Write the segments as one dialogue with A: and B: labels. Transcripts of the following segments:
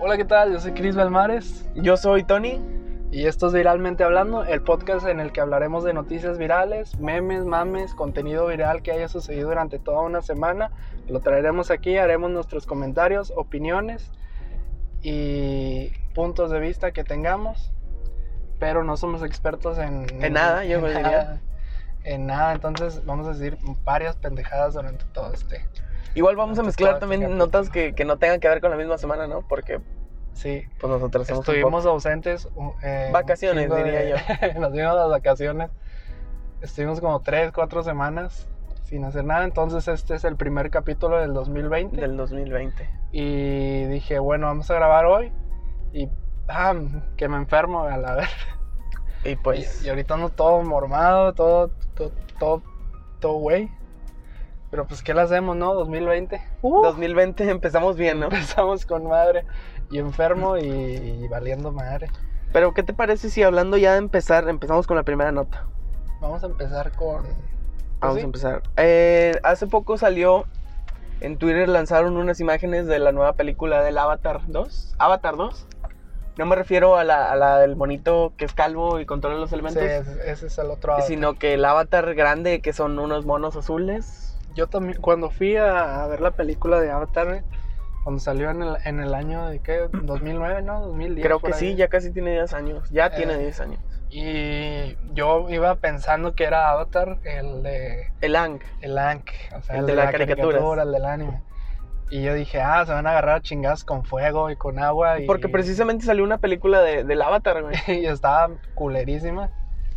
A: Hola, ¿qué tal? Yo soy Cris Belmares
B: Yo soy Tony.
A: y esto es Viralmente Hablando, el podcast en el que hablaremos de noticias virales, memes, mames, contenido viral que haya sucedido durante toda una semana. Lo traeremos aquí, haremos nuestros comentarios, opiniones y puntos de vista que tengamos, pero no somos expertos en,
B: En nada, yo diría.
A: nada. En nada, entonces vamos a decir varias pendejadas durante todo este.
B: Igual vamos a
A: Antes
B: mezclar
A: estaba
B: también
A: chica,
B: notas que, que no tengan que ver con la misma semana, ¿no? Porque
A: Sí,
B: pues nosotros somos un
A: Estuvimos ausentes. u- eh, un
B: Vacaciones,
A: chingo
B: diría
A: de- Nos dimos las vacaciones. Estuvimos como tres, cuatro semanas sin hacer nada. Entonces este es el primer capítulo del 2020.
B: poco del 2020.
A: Y dije, bueno, vamos a grabar hoy. Y ¡pam! Que me enfermo a la vez.
B: Y pues
A: Y, y ahorita ando todo mormado, todo, todo, todo, todo güey. Pero pues, ¿qué le hacemos, no? 2020. ¡Uh!
B: 2020 empezamos bien, ¿no?
A: Empezamos con madre. Y enfermo y, y valiendo madre.
B: Pero ¿qué te parece si hablando ya de empezar, empezamos con la primera nota?
A: Vamos a empezar con... pues
B: Vamos
A: sí.
B: a empezar. Eh, hace poco salió en Twitter lanzaron unas imágenes de la nueva película del Avatar 2. Avatar 2. No me refiero a la, a la del monito que es calvo y controla los
A: Sí,
B: elementos.
A: ese ese es el otro avatar.
B: sino que el avatar grande que son unos monos azules.
A: Yo también, cuando fui a, a ver la película de Avatar, güey, cuando salió en el, en el año de qué, 2009, ¿no? 2010.
B: Creo
A: por
B: que sí,
A: ahí.
B: ya casi tiene 10 años. Ya
A: Eh.
B: tiene 10 años.
A: Y yo iba pensando que era Avatar el de
B: El Ang.
A: el Ankh, o sea,
B: El de las caricaturas.
A: el del anime. Y yo dije, ah, se van a agarrar a chingadas con fuego y con agua. Y,
B: Porque precisamente salió una película de- del avatar, güey.
A: y estaba culerísima.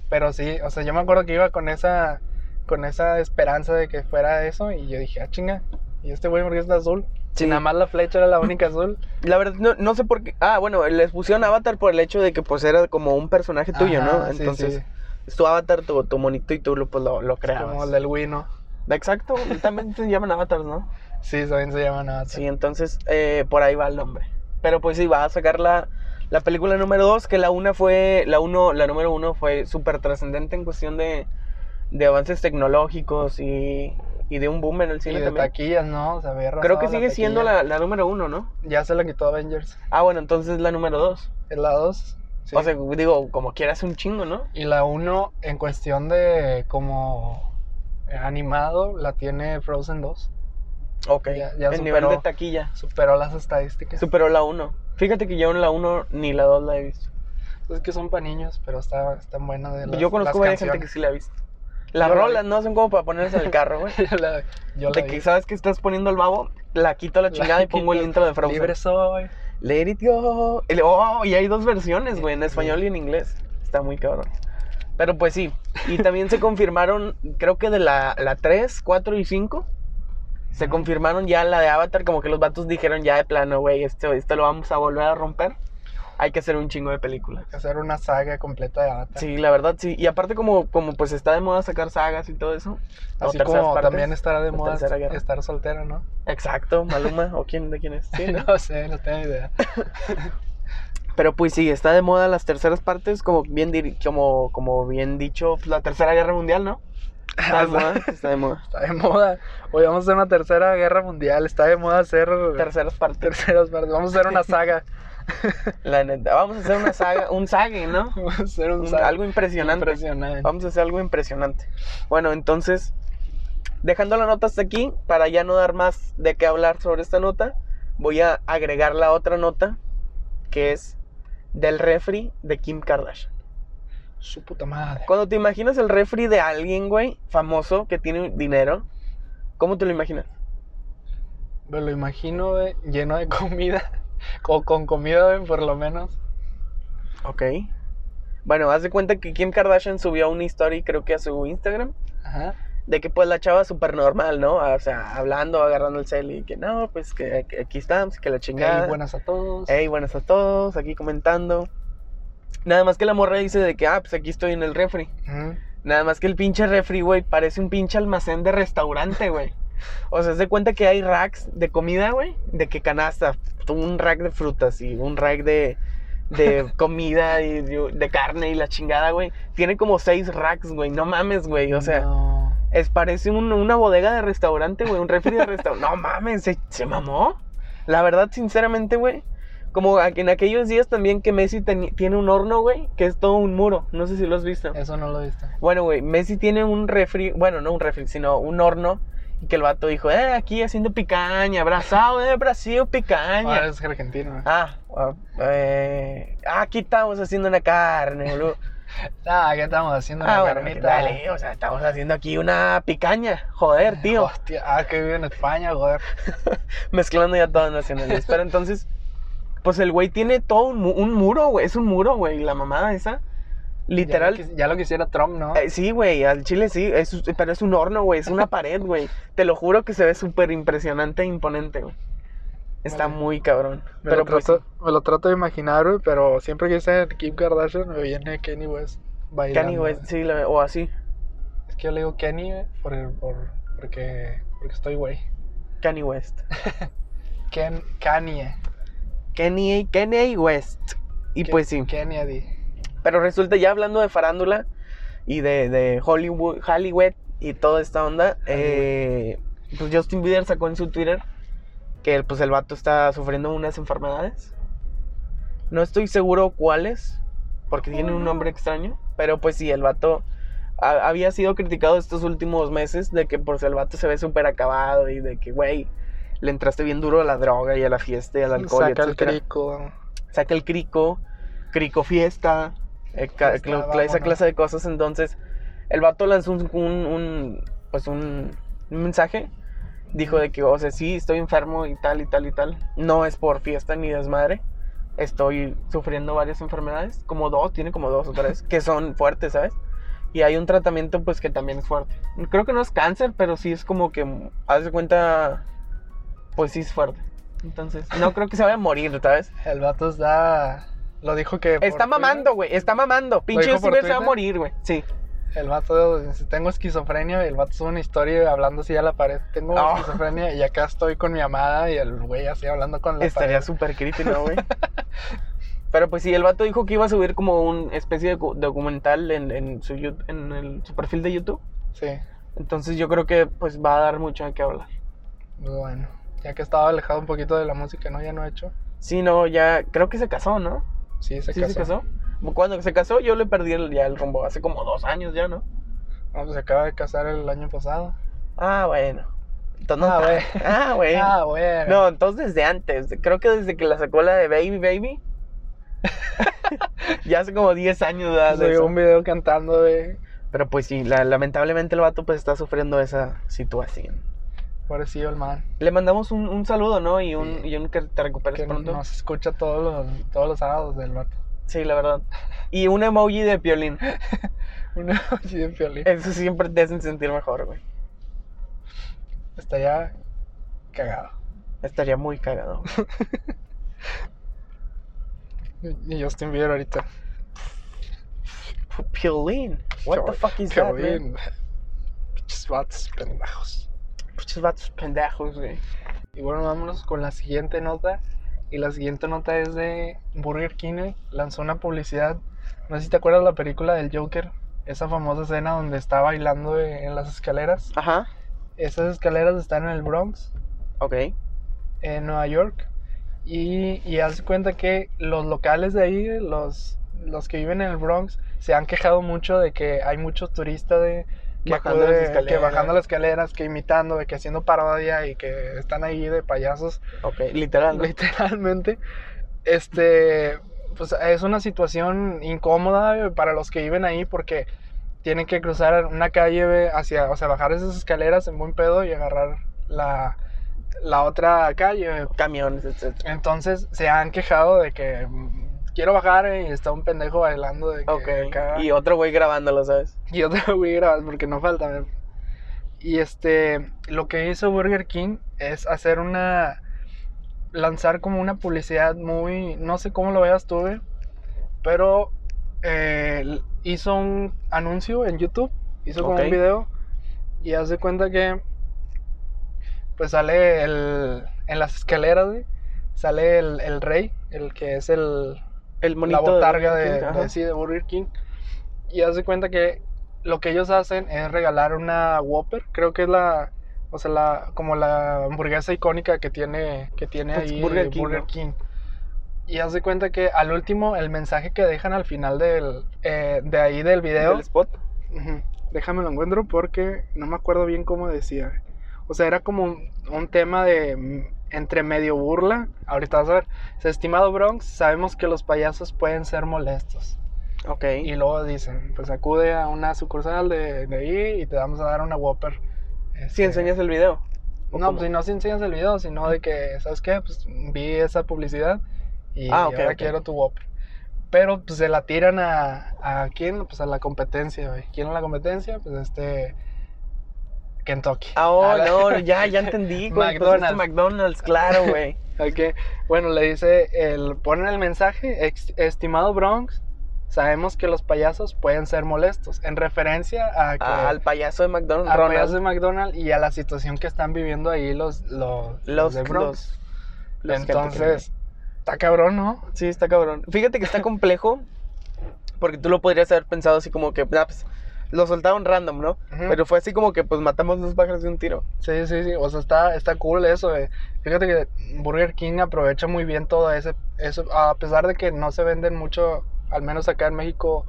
A: Pero sí, o sea, yo me acuerdo que iba con esa con esa esperanza de que fuera eso y yo dije, ah, chinga, ¿y este güey por qué está azul? Si
B: Sí.
A: nada más la flecha era la única azul.
B: La verdad, no, no sé por qué. Ah, bueno, les pusieron avatar por el hecho de que pues era como un personaje tuyo, ¿no?
A: Ajá, sí,
B: Entonces,
A: sí.
B: es tu avatar, tu, tu monito y tú lo, pues, lo, lo creabas.
A: Como el del Wino.
B: Exacto, también se llaman avatars, ¿no?
A: Sí, también se llaman Avatar.
B: Sí, entonces eh, por ahí va el nombre. Pero pues sí, va a sacar la, la película número 2, que la una fue, la uno, la número uno fue súper trascendente en cuestión de, de avances tecnológicos y, y de un boom en el
A: Y
B: cine
A: de
B: también.
A: taquillas, ¿no? O sea, había
B: Creo
A: arrasado
B: que
A: la
B: sigue siendo
A: taquilla.
B: la, la número uno, ¿no?
A: Ya se la quitó Avengers.
B: Ah, bueno, entonces la número 2.
A: Es la 2.
B: O sea, digo, como quieras un chingo, ¿no?
A: Y la 1, en cuestión de como animado, la tiene Frozen 2.
B: Ok,
A: Ya- ya
B: el nivel de
A: superó.
B: taquilla.
A: Superó las estadísticas.
B: Superó la 1. Fíjate que yo en la 1 ni la 2 la he visto.
A: Es que son para niños, pero está, están buenas de las
B: yo conozco varias
A: las
B: gente que
A: canciones.
B: sí la ha visto. Las
A: Yo la vi.
B: rolas no son como para ponerse en el carro, güey.
A: yo la, yo la
B: de
A: vi.
B: que sabes que estás poniendo el babo, la quito a la
A: La
B: chingada y pongo el
A: quito.
B: intro de Frozen.
A: Libre soy.
B: Let it go. El- oh, y hay dos versiones, güey, en español y en inglés. Está muy cabrón. Pero pues sí. Y también se confirmaron, creo que de la, la 3, 4 y 5. Se
A: Ujú.
B: confirmaron ya la de Avatar, como que los vatos dijeron ya de plano, güey, esto, esto lo vamos a volver a romper. Hay que hacer un chingo de películas.
A: Hay que Hacer una saga completa de Avatar.
B: Sí, la verdad, sí. Y aparte como, como pues está de moda sacar sagas y todo eso. o
A: Así
B: terceras
A: como
B: partes.
A: también estará de
B: o
A: moda
B: tercera guerra.
A: estar soltero, ¿no?
B: Exacto, Maluma, o quién de quién es. Sí, ¿no?
A: no sé, no tengo idea.
B: Pero pues sí, está de moda las terceras partes, como bien, diri- como, como bien dicho, pues, la tercera guerra mundial, ¿no? Está de moda, está de moda.
A: Está de moda. Hoy vamos a hacer una tercera guerra mundial. Está de moda hacer
B: Terceras partes.
A: terceras partes. Vamos a hacer una saga.
B: La neta, vamos a hacer una saga, un sague, ¿no?
A: Vamos a hacer un
B: Un-
A: saga.
B: algo impresionante.
A: impresionante.
B: Vamos a hacer algo impresionante. Bueno, entonces, dejando la nota hasta aquí, para ya no dar más de qué hablar sobre esta nota, voy a agregar la otra nota, que es del refri de Kim Kardashian.
A: Su puta madre.
B: Cuando te imaginas el refri de alguien, güey, famoso, que tiene dinero, ¿cómo te lo imaginas?
A: Me lo imagino güey, lleno de comida. O con comida, güey, por lo menos.
B: Ok. Bueno, haz de cuenta que Kim Kardashian subió una story, creo que a su Instagram,
A: Ajá.
B: de que pues la chava súper normal, ¿no? O sea, hablando, agarrando el cel y que no, pues que, que aquí estamos, que la chingada.
A: Ey, buenas a todos.
B: Hey, buenas a todos, aquí comentando. Nada más que la morra dice de que, ah, pues aquí estoy en el refri.
A: Ujú.
B: Nada más que el pinche refri, güey, parece un pinche almacén de restaurante, güey. O sea, se cuenta que hay racks de comida, güey, de que canasta, un rack de frutas y un rack de, de comida y de, de carne y la chingada, güey. Tiene como seis racks, güey, no mames, güey. O sea,
A: No.
B: es parece un- una bodega de restaurante, güey, un refri de restaurante. no mames, se, se mamó. La verdad, sinceramente, güey, Como a- en aquellos días también que Messi teni- tiene un horno, güey, que es todo un muro. No sé si lo has visto.
A: Eso no lo viste.
B: Bueno, güey, Messi tiene un refri, bueno, no un refri, sino un horno. Y que el vato dijo, eh, aquí haciendo picaña, abrazado, eh, Brasil, picaña.
A: Ahora Ah, es argentino.
B: Ah, ah, eh, aquí estamos haciendo una carne, boludo.
A: Ah, ¿qué estamos haciendo? Una
B: Ah, bueno,
A: carnita.
B: dale, o sea, estamos haciendo aquí una picaña. Joder, tío.
A: Hostia, ah, que vive en España, joder.
B: Mezclando ya todas las nacionalidades. Pero entonces, pues el güey tiene todo un, mu- un muro, güey. Es un muro, güey. La mamada esa.
A: Ya
B: Literal.
A: lo, quis- ya lo quisiera Trump, ¿no?
B: eh, sí, güey, al chile sí, es un- pero es un horno, güey, es una pared, güey. Te lo juro que se ve súper impresionante e imponente, güey. Está
A: Vale.
B: muy cabrón.
A: me,
B: pero
A: lo
B: pues,
A: trato, me lo trato de imaginar, güey, pero siempre que dice Kim Kardashian me viene Kenny West bailando.
B: Kanye West, sí, la- o así.
A: Es que yo le digo Kenny güey, por, el- por, porque, porque estoy güey.
B: Kanye West.
A: Ken, Kanye.
B: Kanye, Kanye West. Y
A: Ke-
B: pues sí.
A: Kennedy.
B: Pero resulta ya hablando de farándula y de, de Hollywood, Hollywood y toda esta onda, eh, pues Justin Bieber sacó en su Twitter que pues el vato está sufriendo unas enfermedades. No estoy seguro cuáles, porque tiene un nombre extraño, pero pues sí, el vato ha- había sido criticado estos últimos meses de que pues el vato se ve súper acabado y de que, güey, le entraste bien duro a la droga y a la fiesta y al alcohol. y
A: Saca el
B: etcétera
A: crico.
B: saca el crico, crico fiesta, eh, ca-
A: Fiesta,
B: cla-
A: vámonos.
B: esa clase de cosas. Entonces, el vato lanzó un, un- un, pues un, un mensaje. Dijo de que, o sea, sí, estoy enfermo y tal y tal y tal. No es por fiesta ni desmadre. Estoy sufriendo varias enfermedades, como dos, tiene como dos o tres, que son fuertes, ¿sabes? Y hay un tratamiento, pues, que también es fuerte. Creo que no es cáncer, pero sí es como que, haz de cuenta, pues sí es fuerte. Entonces, no creo que se vaya a morir, ¿sabes?
A: El vato está. Lo dijo que. por
B: Está
A: Twitter.
B: mamando, güey. Está mamando. Pinche
A: dijo por
B: Bieber se va a
A: Twitter?
B: morir, güey. Sí.
A: El vato dice: Tengo esquizofrenia. Y el vato sube una historia hablando así a la pared. Tengo
B: Oh.
A: esquizofrenia. Y acá estoy con mi amada. Y el güey así hablando con la
B: Estaría
A: pared.
B: súper crítico, güey. Pero pues sí, el vato dijo que iba a subir como una especie de cu- documental en, en su, Yout- en el- su perfil de YouTube.
A: Sí.
B: Entonces yo creo que pues va a dar mucho de qué hablar.
A: Pues Bueno. Ya que estaba alejado un poquito de la música, ¿no? Ya no he hecho.
B: Sí, no, ya creo que se casó, ¿no?
A: Sí, se
B: sí,
A: casó.
B: se casó. Cuando se casó yo le perdí el- ya el rumbo. Hace como dos años ya, ¿no?
A: No, pues se acaba de casar el año pasado.
B: Ah, bueno. Entonces,
A: Ah,
B: ah,
A: güey.
B: güey. Ah, güey.
A: Ah, bueno.
B: No, entonces desde antes. Creo que desde que la sacó la de Baby Baby. ya hace como 10 años ¿verdad? de
A: Pues Subió
B: eso.
A: un video cantando de
B: Pero pues sí, la- lamentablemente el vato pues está sufriendo esa situación.
A: Parecido el man.
B: Le mandamos un, un saludo, ¿no? Y un, y un que te recuperes
A: Que
B: pronto.
A: nos escucha todos los, todos los sábados del vato.
B: Sí, la verdad. Y un emoji de piolín.
A: Una noche de violín.
B: Eso siempre te hacen sentir mejor, güey.
A: Está ya cagado.
B: Estaría muy cagado.
A: Y y Justin Bieber ahorita.
B: Piolín. What the fuck is
A: Qué
B: that, man?
A: bien. Pinches vatos pendejos.
B: Pinches vatos pendejos, güey.
A: Y bueno, vámonos con la siguiente nota. Y la siguiente nota es de Burger King. güey. Lanzó una publicidad. No sé si te acuerdas la película del Joker. Esa famosa escena donde está bailando eh, en las escaleras.
B: Ajá.
A: Esas escaleras están en el Bronx.
B: Ok.
A: en Nueva York y, y haz de cuenta que los locales de ahí, los, los que viven en el Bronx, se han quejado mucho de que hay muchos turistas de, que,
B: Bajando las
A: acude- que
B: escaleras.
A: bajando las escaleras, que imitando, de que haciendo parodia y que están ahí de payasos,
B: Ok, literal. ¿no?
A: literalmente. Este, pues es una situación incómoda eh, para los que viven ahí porque tienen que cruzar una calle ve, hacia, o sea, bajar esas escaleras en buen pedo y agarrar la, la otra calle ve,
B: Camiones, etcétera.
A: entonces se han quejado de que mm, quiero bajar eh, y está un pendejo bailando de que
B: Ok.
A: acá-
B: Y otro güey grabándolo, ¿sabes?
A: y yo te voy a grabar porque no falta. ¿verdad? Y este, lo que hizo Burger King es hacer una, lanzar como una publicidad muy, no sé cómo lo veas tú, güey, pero eh, l- hizo un anuncio en YouTube, hizo como
B: Ok.
A: un video y hace cuenta que, pues sale el, en las escaleras, güey, sale el, el rey, el que es el,
B: El
A: la
B: monito de
A: botarga
B: Burger
A: de,
B: King,
A: de-
B: ajá.
A: sí, de Burger King. Y hace cuenta que lo que ellos hacen es regalar una Whopper, creo que es la, o sea, la, como la hamburguesa icónica que tiene, que tiene
B: Pues,
A: ahí
B: Burger King, ¿no?
A: King. Y haz de cuenta que al último, el mensaje que dejan al final del, eh, de ahí del video.
B: Del spot.
A: Ujú. Déjame lo encuentro porque no me acuerdo bien cómo decía. O sea, era como un, un tema de mm, entre medio burla. Ahorita vas a ver. Dice, estimado Bronx, sabemos que los payasos pueden ser molestos.
B: Ok.
A: Y luego dicen, pues acude a una sucursal de, de ahí y te vamos a dar una Whopper.
B: Si
A: Este,
B: enseñas el video. ¿O
A: No,
B: cómo?
A: pues si no si enseñas el video, sino de que, ¿sabes qué? Pues vi esa publicidad y
B: Ah, ok,
A: ahora
B: ok.
A: quiero tu Whopper. Pero pues se la tiran a, a quién? Pues a la competencia, güey. ¿Quién es la competencia? Pues este Kentucky.
B: Ah, oh,
A: A la-
B: no, ya, ya entendí, güey. pues, este
A: McDonald's.
B: McDonald's, claro, güey.
A: Ok, Bueno, le dice el ponen el mensaje, "Ex- estimado Bronx, sabemos que los payasos pueden ser molestos en referencia a que
B: Ah, al payaso de McDonald's.
A: al
B: Ronald.
A: payaso de McDonald's y a la situación que están viviendo ahí los los,
B: Los,
A: de
B: los,
A: Bronx.
B: los gente que
A: Entonces, está cabrón, ¿no?
B: Sí, está cabrón. Fíjate que está complejo. Porque tú lo podrías haber pensado así como que, nah, pues, lo soltaron random, ¿no?
A: Ujú.
B: Pero fue así como que, pues, matamos dos pájaros de un tiro.
A: Sí, sí, sí. O sea, está, está cool eso. eh. Fíjate que Burger King aprovecha muy bien todo ese, eso. A pesar de que no se venden mucho, al menos acá en México,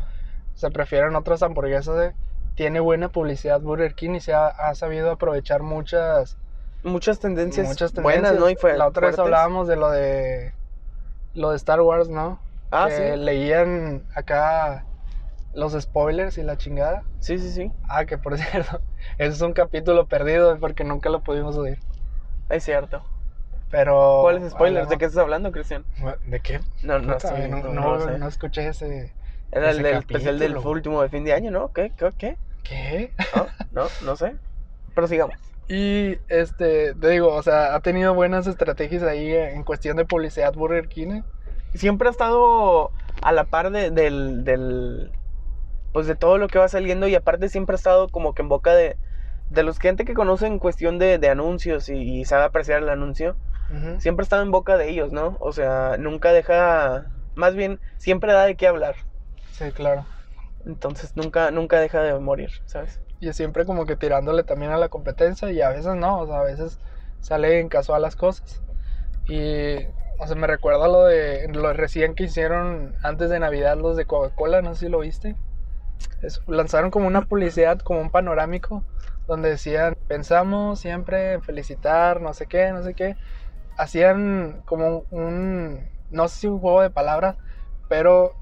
A: se prefieren otras hamburguesas. eh. Tiene buena publicidad Burger King y se ha, ha sabido aprovechar muchas,
B: Muchas tendencias,
A: muchas
B: buenas,
A: tendencias.
B: ¿no? Y fue
A: La otra vez
B: fuertes.
A: hablábamos de lo de lo de Star Wars, ¿no?
B: Ah,
A: que
B: sí.
A: leían acá los spoilers y la chingada.
B: Sí, sí, sí.
A: Ah, que por cierto, ese es un capítulo perdido porque nunca lo pudimos subir.
B: Es cierto.
A: Pero.
B: ¿Cuáles spoilers?
A: hablamos-
B: ¿De qué estás hablando, Cristian?
A: ¿De qué?
B: No, no
A: Puta,
B: sé.
A: no,
B: no,
A: no-
B: no sé.
A: no escuché ese.
B: Era el
A: ese
B: del especial del
A: capítulo.
B: último de fin de año, ¿no? ¿Qué? ¿Qué? ¿Qué?
A: ¿Qué?
B: No, no, no sé. Pero sigamos.
A: Y este, te digo, o sea, ha tenido buenas estrategias ahí en cuestión de publicidad Burger King. ¿eh?
B: siempre ha estado a la par de, del, del- pues de todo lo que va saliendo y aparte siempre ha estado como que en boca de, de los gente que conocen en cuestión de, de anuncios y, y sabe apreciar el anuncio.
A: Ujú.
B: Siempre ha estado en boca de ellos, ¿no? O sea, nunca deja, más bien, siempre da de qué hablar.
A: Sí, claro.
B: Entonces nunca, nunca deja de morir, ¿sabes?
A: Y siempre como que tirándole también a la competencia y a veces no, o sea, a veces salen casual las cosas. Y, o sea, me recuerda lo de lo recién que hicieron antes de Navidad los de Coca-Cola, no sé si lo viste. Es- lanzaron como una publicidad, como un panorámico, donde decían, pensamos siempre en felicitar, no sé qué, no sé qué. Hacían como un, no sé si un juego de palabras, pero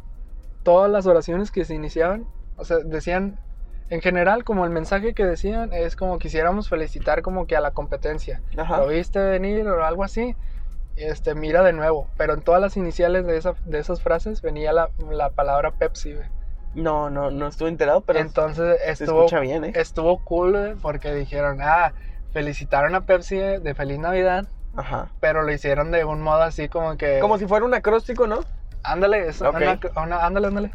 A: todas las oraciones que se iniciaban, o sea, decían, en general, como el mensaje que decían es como quisiéramos felicitar como que a la competencia.
B: Ajá.
A: ¿Lo viste venir o algo así? Este, mira de nuevo. Pero en todas las iniciales de, esa, de esas frases venía la, la palabra Pepsi, güey.
B: No, no, no estuve enterado, pero
A: Entonces
B: se
A: estuvo,
B: escucha bien, ¿eh?
A: estuvo cool, güey, porque dijeron, ah, felicitaron a Pepsi eh, de de Feliz Navidad,
B: Ajá.
A: pero lo hicieron de un modo así como que...
B: Como si fuera un acróstico, ¿no?
A: Ándale, es
B: Ok.
A: una- una- ándale, ándale.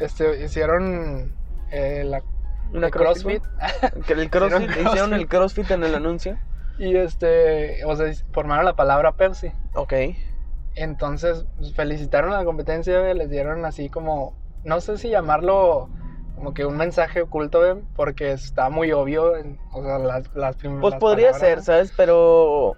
A: Este, hicieron eh, la,
B: Un
A: el
B: acróstico.
A: CrossFit.
B: Que el crossfit,
A: Hicieron
B: hicieron
A: crossfit.
B: el crossfit en el anuncio.
A: Y este, o sea, formaron la palabra Pepsi.
B: Ok.
A: Entonces, pues, felicitaron a la competencia, güey, les dieron así como, no sé si llamarlo como que un mensaje oculto, güey, porque está muy obvio, en- o sea, las, las prim-
B: Pues
A: las
B: podría ser,
A: palabras, ¿no?
B: ¿sabes? Pero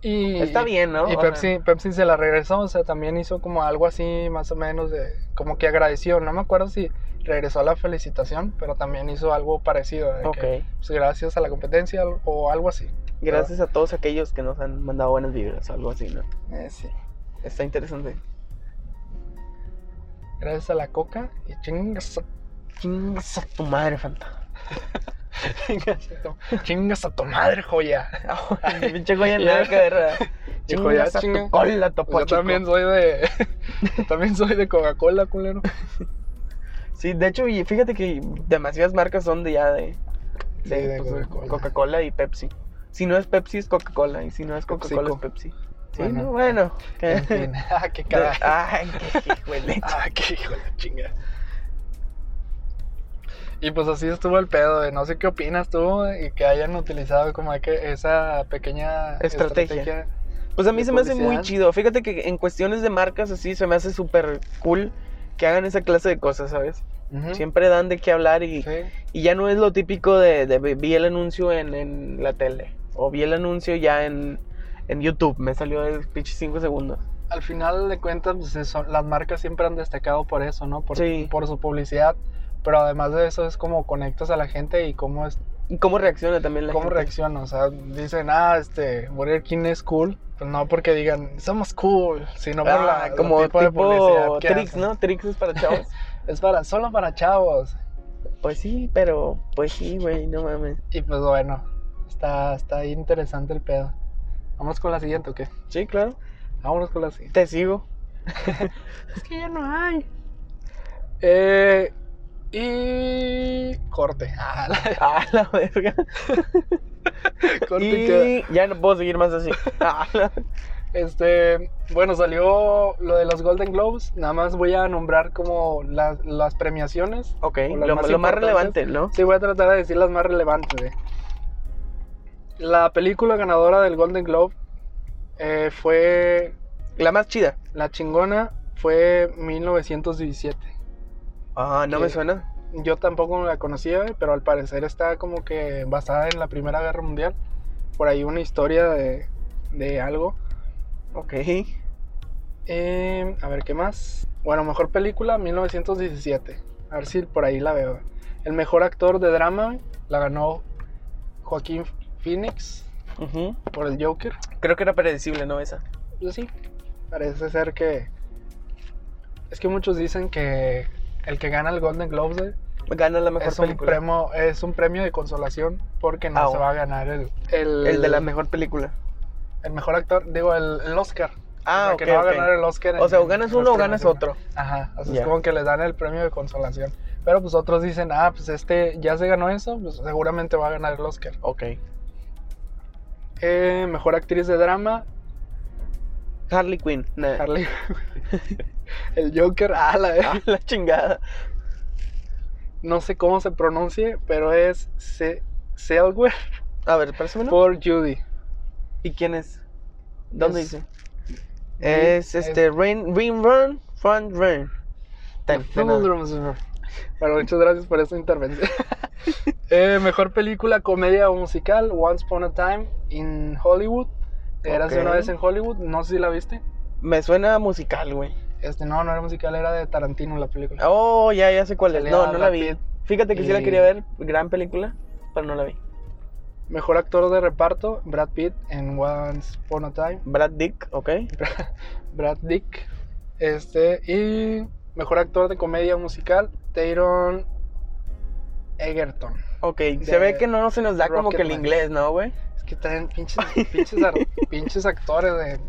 A: Y,
B: está bien, ¿no?
A: Y
B: O
A: Pepsi,
B: sea,
A: Pepsi se la regresó, o sea, también hizo como algo así, más o menos, de, como que agradeció. No me acuerdo si regresó a la felicitación, pero también hizo algo parecido, de que,
B: ok.
A: pues, gracias a la competencia o algo así.
B: Gracias a todos aquellos que nos han mandado buenas vibras, algo así, ¿no?
A: Eh, sí.
B: Está interesante.
A: Gracias a la coca y chingas
B: Chingas a tu madre, Fanta.
A: Chingas a tu, chingas a tu madre, joya.
B: Pinche joya nada que ver. ¿verdad?
A: Yo joya,
B: Chingas a tu
A: chinga.
B: cola, topo
A: Pues yo
B: chico.
A: también soy de. yo también soy de Coca-Cola, culero.
B: Sí, de hecho, y fíjate que demasiadas marcas son de ya de,
A: Sí,
B: de,
A: de
B: pues,
A: Coca-Cola.
B: Coca-Cola y Pepsi. Si no es Pepsi, es Coca-Cola. Y si no es Coca-Cola, es
A: PepsiCo.
B: Pepsi. Sí,
A: Bueno.
B: no, bueno. que-
A: En fin. Ah, qué
B: de-
A: carajo.
B: Ay, qué hijo de leche.
A: Ah, qué hijo de la chinga. Y pues así estuvo el pedo, de no sé qué opinas tú y que hayan utilizado como que esa pequeña
B: Estrategia. Pues a mí
A: de
B: se me hace muy
A: publicidad.
B: chido. Fíjate que en cuestiones de marcas así se me hace súper cool que hagan esa clase de cosas, ¿sabes?
A: Ujú.
B: Siempre dan de qué hablar y,
A: Sí.
B: y ya no es lo típico de, de vi- vi el anuncio en, en la tele o vi el anuncio ya en, en YouTube. Me salió de pinche 5 segundos.
A: al final de cuentas, pues eso, las marcas siempre han destacado por eso, ¿no? Por,
B: Sí.
A: por su publicidad. Pero además de eso es como conectas a la gente y cómo, es,
B: ¿Y cómo reacciona también la
A: cómo
B: gente?
A: reacciona. O sea, dicen, ah, este, Burger King es cool. Pues no porque digan, somos cool, sino por
B: Ah,
A: la,
B: como
A: el
B: tipo,
A: tipo, de publicidad que
B: Trix,
A: hacen.
B: ¿no? Trix es para chavos.
A: Es para, solo para chavos.
B: pues sí, pero pues sí, güey, no mames.
A: Y pues bueno, está, está ahí interesante el pedo. Vamos con la siguiente, ¿o qué?
B: Sí, claro.
A: Vámonos con la siguiente.
B: Te sigo.
A: Es que ya no hay. Eh, y corte. Ah, la-
B: A la verga.
A: corte y queda.
B: Y ya no puedo seguir más así. A la-
A: Este, bueno, salió lo de los Golden Globes. Nada más voy a nombrar como las, las premiaciones.
B: ok,
A: O
B: lo,
A: las más
B: lo más
A: importantes.
B: relevante, ¿no?
A: Sí, voy a tratar de decir las más relevantes. eh. La película ganadora del Golden Globe eh, fue
B: La más chida.
A: La chingona fue 1917.
B: Ah, no
A: ¿Qué?
B: me suena.
A: Yo tampoco la conocía, güey, pero al parecer está como que basada en la Primera Guerra Mundial. Por ahí una historia de, de algo.
B: Ok.
A: Eh, a ver, ¿qué más? Bueno, mejor película, 1917. A ver si por ahí la veo. El mejor actor de drama güey, la ganó Joaquín Phoenix
B: Ujú.
A: por el Joker.
B: Creo que era predecible, ¿no? Esa.
A: Pues sí, parece ser que... Es que muchos dicen que el que gana el Golden Globes... güey,
B: Gana la mejor
A: es un,
B: película.
A: premio, es un premio de consolación porque no
B: Ah,
A: se
B: bueno.
A: va a ganar el, el,
B: El de la mejor película.
A: el mejor actor, digo, el, el Oscar.
B: Ah,
A: o sea,
B: ok,
A: que no va
B: ok.
A: a ganar el Oscar.
B: O
A: en-
B: sea, o
A: en
B: ganas
A: las
B: uno o ganas
A: premiaciones.
B: otro.
A: Ajá, o sea,
B: Ya.
A: es como que les dan el premio de consolación. Pero pues otros dicen, ah, pues este ya se ganó eso, pues seguramente va a ganar el Oscar.
B: Ok.
A: Eh, mejor actriz de drama,
B: Harley Quinn. Nah.
A: Harley. el Joker, ah, la de-
B: Ah, la chingada.
A: No sé cómo se pronuncie, pero es Se- Selwer
B: A ver, préstamelo.
A: por Judy.
B: ¿Y quién es? ¿Dónde
A: Es-
B: dice? Es este Rain Rain Run Front Run. Tan- de nada.
A: pues, Bueno, muchas gracias por esta intervención. Eh, mejor película, comedia o musical, Once Upon a Time in Hollywood. Eras de una
B: Ok.
A: vez en Hollywood, no sé si la viste.
B: Me suena a musical, güey.
A: Este, no, no era musical, era de Tarantino la película.
B: Oh, ya, ya sé cuál es.
A: Salía
B: No, no la
A: Brad
B: vi.
A: Pitt.
B: Fíjate que sí la
A: Y-
B: quería ver, gran película, pero no la vi.
A: Mejor actor de reparto, Brad Pitt en Once Upon a Time,
B: Brad Dick, ok.
A: Brad Dick. Este, y mejor actor de comedia musical, Taron Egerton.
B: Ok, se
A: De
B: ve que no se nos da como que el
A: Rocketman.
B: inglés, ¿no, güey?
A: Es que tienen pinches, pinches, ar- pinches actores güey,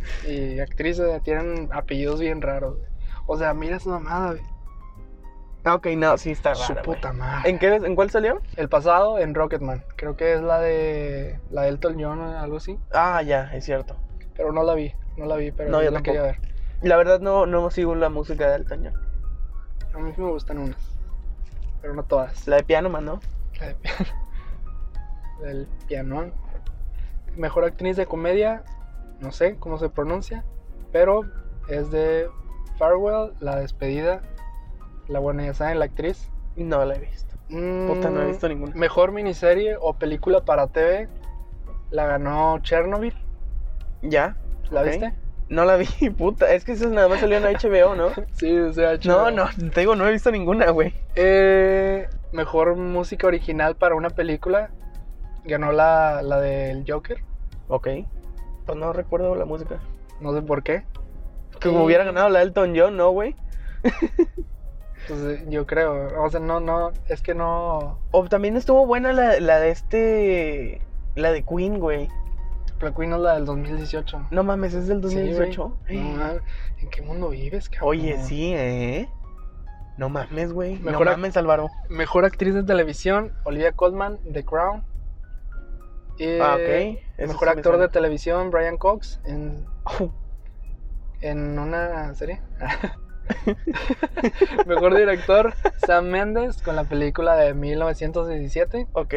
A: y actrices güey, tienen apellidos bien raros. güey. O sea, mira esa mamada, güey.
B: Ah, Ok, no, sí está raro.
A: su
B: güey.
A: puta madre.
B: ¿En, qué, ¿En cuál salió?
A: El pasado en Rocketman. Creo que es la de la de Elton John o algo así.
B: Ah, ya, es cierto.
A: Pero no la vi, no la vi, pero
B: No,
A: sí
B: yo
A: la quería ver.
B: La verdad no, no sigo la música de Elton John.
A: A mí sí me gustan unas, pero no todas.
B: La de piano, man, ¿no?
A: La de piano. El piano. Mejor actriz de comedia, no sé cómo se pronuncia, pero es de Farewell, La Despedida. La buena ya saben, la actriz. Mm,
B: No la he visto. Puta, no he visto ninguna.
A: Mejor miniserie o película para TV la ganó Chernobyl.
B: ¿Ya?
A: ¿La
B: Ok.
A: viste?
B: No la vi, puta. Es que esas nada más salieron en HBO, ¿no?
A: Sí, o sea,
B: No,
A: Chernobyl.
B: no, te digo, no he visto ninguna, güey.
A: Eh, mejor música original para una película ganó la, la del Joker.
B: Ok. Pues no recuerdo la música.
A: No sé por qué.
B: Que
A: Y-
B: hubiera ganado la Elton John, ¿no, güey?
A: Pues eh, yo creo, o sea, no, no, es que no.
B: O también estuvo buena la, la de este... La de Queen, güey.
A: Black Queen es la del 2018.
B: No mames, es del
A: Sí, güey.
B: 2018.
A: No mames, ¿En qué mundo vives, cabrón?
B: Oye, sí, ¿eh? No mames, güey. No
A: Mejor ac-
B: mames, Álvaro.
A: Mejor actriz de televisión, Olivia Colman, The Crown. Eh,
B: ah, ok. Eso
A: Mejor
B: sí me
A: actor de
B: suena.
A: televisión, Brian Cox, en, en una serie. mejor director, Sam Mendes, con la película de 1917.
B: Ok.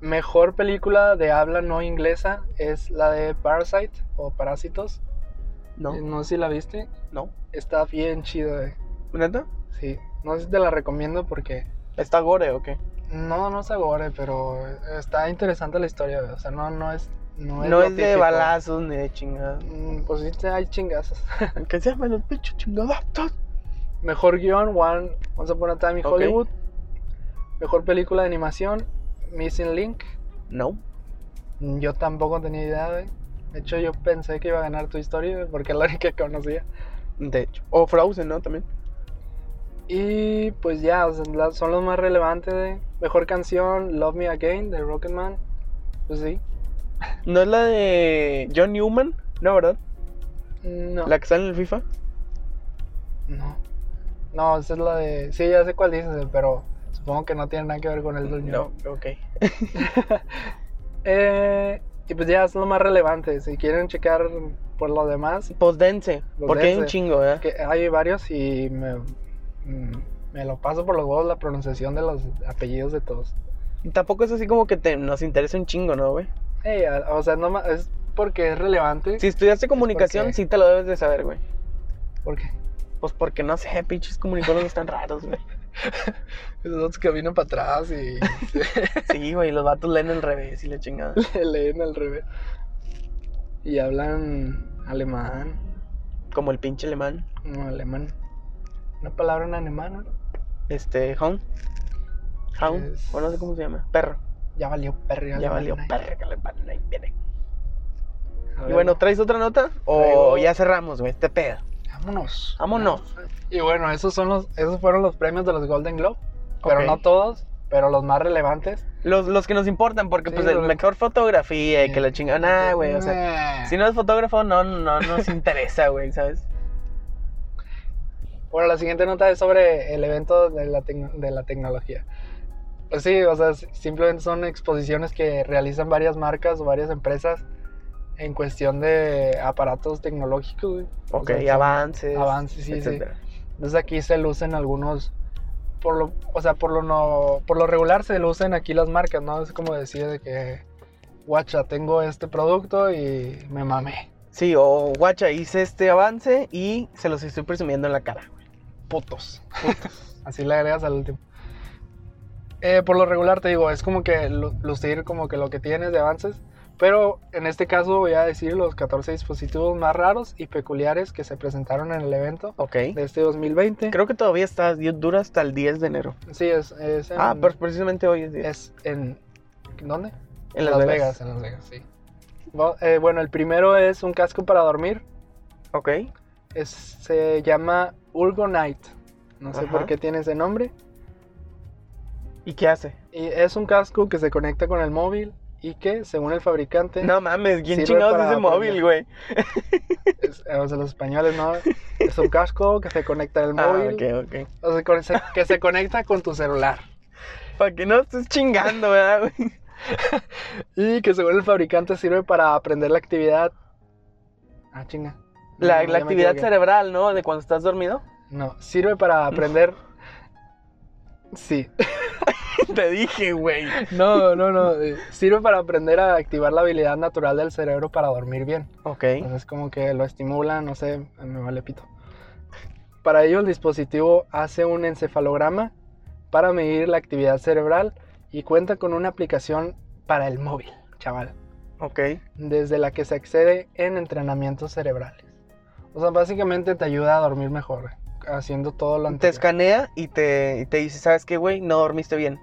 A: Mejor película de habla no inglesa es la de Parasite o Parásitos. Eh,
B: No,
A: No sé si la viste.
B: no.
A: Está bien chido, eh.
B: ¿Neta?
A: Sí. No sé si te la recomiendo porque.
B: ¿Está gore o qué?
A: No, no es gore, pero está interesante la historia, güey. O sea, no, no es No
B: No,
A: lo
B: es de
A: típico.
B: balazos ni de chingadas.
A: Mm, Pues sí, te- hay chingazos.
B: Que se llaman los pinches chingadaptos.
A: Mejor guión, One, Once Upon a Time in
B: Ok.
A: Hollywood. Mejor película de animación, Missing Link.
B: No.
A: Mm, Yo tampoco tenía idea, güey. De hecho, yo pensé que iba a ganar tu historia, güey, porque es la única que conocía.
B: De hecho. O Frozen, ¿no? También.
A: Y pues ya, o sea, la- son los más relevantes, güey. Mejor canción, Love Me Again, de Rocketman. Pues sí.
B: ¿No es la de John Newman? No, ¿verdad?
A: No.
B: La que sale en el FIFA.
A: No. No, esa es la de. Sí, ya sé cuál dices, güey, pero supongo que no tiene nada que ver con el dueño.
B: ok.
A: Eh, y pues ya es lo más relevante. Si quieren checar por lo demás,
B: Pues dense.
A: Pues
B: porque hay un
A: dense.
B: chingo, ¿verdad?
A: que hay varios y me, mm, me lo paso por los huevos la pronunciación de los apellidos de todos.
B: Tampoco es así como que te, nos interesa un chingo, ¿no, güey?
A: Ey, a- o sea, no ma- es porque es relevante.
B: Si estudiaste comunicación,
A: porque-
B: sí te lo debes de saber, güey.
A: Porque
B: Pues porque no sé, pinches comunicólogos están raros, güey.
A: esos otros que vienen para atrás y
B: Sí, güey, los vatos leen al revés y la chingada.
A: le leen al revés. Y hablan alemán,
B: Como el pinche alemán.
A: no alemán. Una palabra en alemán, ¿no?
B: Este, Hound. Hound,
A: Es-
B: o no sé cómo se llama. Perro.
A: Ya valió perro.
B: Ya valió
A: alemán, ahí.
B: perro que alemán, ahí viene.
A: A
B: Y
A: ver,
B: bueno, ¿traes otra nota? O
A: Traigo-
B: ya cerramos, güey, este pedo.
A: vámonos.
B: Vámonos.
A: Y bueno, esos son los, esos fueron los premios de los Golden Globe, pero
B: Ok.
A: no todos, pero los más relevantes.
B: Los, los que nos importan, porque
A: Sí,
B: pues el
A: los- Eh.
B: mejor fotografía y que la chingada. Nah, güey, o sea.
A: Nah.
B: Si no es fotógrafo, no, no nos interesa, güey, ¿sabes?
A: Bueno, la siguiente nota es sobre el evento de la, tec- de la tecnología. Pues sí, o sea, s- simplemente son exposiciones que realizan varias marcas o varias empresas en cuestión de aparatos tecnológicos. güey. O
B: Ok,
A: sea, son
B: avances.
A: avances, sí, sí.
B: etcétera.
A: Entonces aquí se lucen algunos, por lo, o sea, por lo no, por lo regular se lucen aquí las marcas, ¿no? Es como decir de que, guacha, tengo este producto y me mamé,
B: Sí, o guacha, hice este avance y se los estoy presumiendo en la cara.
A: putos. Así le agregas al último. Eh, por lo regular te digo, es como que lu- lucir como que lo que tienes de avances, pero en este caso voy a decir los 14 dispositivos más raros y peculiares que se presentaron en el evento
B: Ok.
A: de este 2020.
B: Creo que todavía está, dura hasta el 10 de enero.
A: Sí, es, es en,
B: Ah, pero precisamente hoy es 10.
A: Em, es en ¿dónde?
B: en Las, Vegas.
A: En Las Vegas, sí. Bo- eh, bueno, el primero es un casco para dormir.
B: Ok.
A: Es- se llama Urgonite. No sé
B: Ajá.
A: por qué tiene ese nombre.
B: ¿Y qué hace?
A: Y es un casco que se conecta con el móvil y que, según el fabricante,
B: No mames, ¿quién
A: Sirve
B: chingados
A: para
B: ese móvil,
A: aprender.
B: güey?
A: es- eh, o sea, los españoles, ¿no? Es un casco que se conecta al
B: Ah,
A: móvil.
B: ok, ok.
A: O sea, con- se- que se conecta con tu celular.
B: Para que no estés chingando, ¿verdad, güey?
A: Y que, según el fabricante, sirve para aprender la actividad. Ah, chinga. No,
B: La, la
A: ya me
B: actividad
A: equivoqué.
B: cerebral, ¿no? De cuando estás dormido.
A: No, sirve para aprender. Sí,
B: Te dije, güey.
A: No, no, no. eh, Sirve para aprender a activar la habilidad natural del cerebro para dormir bien.
B: Ok.
A: Entonces, como que lo estimula, no sé, me vale pito. Para ello, el dispositivo hace un encefalograma para medir la actividad cerebral y cuenta con una aplicación para el móvil, chaval,
B: Ok.
A: desde la que se accede en entrenamientos cerebrales. O sea, básicamente te ayuda a dormir mejor, haciendo todo lo
B: Te
A: anterior.
B: escanea y te, y te dice, ¿sabes qué, güey? No dormiste bien.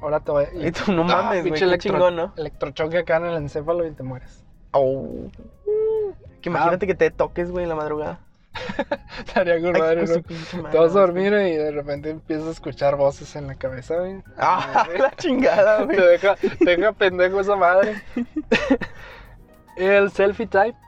A: Ahora te voy
B: Y
A: y
B: tú, no
A: Ah,
B: mames, güey.
A: pinche
B: Qué
A: electro-
B: chingón, ¿no?
A: electrochoque acá en el encéfalo y te mueres.
B: Oh. Que imagínate que te toques, güey, en la madrugada.
A: Estaría con
B: Ay,
A: madre,
B: con
A: ¿no?
B: su pinche
A: Te
B: madre,
A: vas a
B: güey.
A: dormir y de repente empiezas a escuchar voces en la cabeza, güey.
B: Ah, la chingada,
A: Te
B: güey.
A: deja, te deja pendejo esa madre. El selfie type,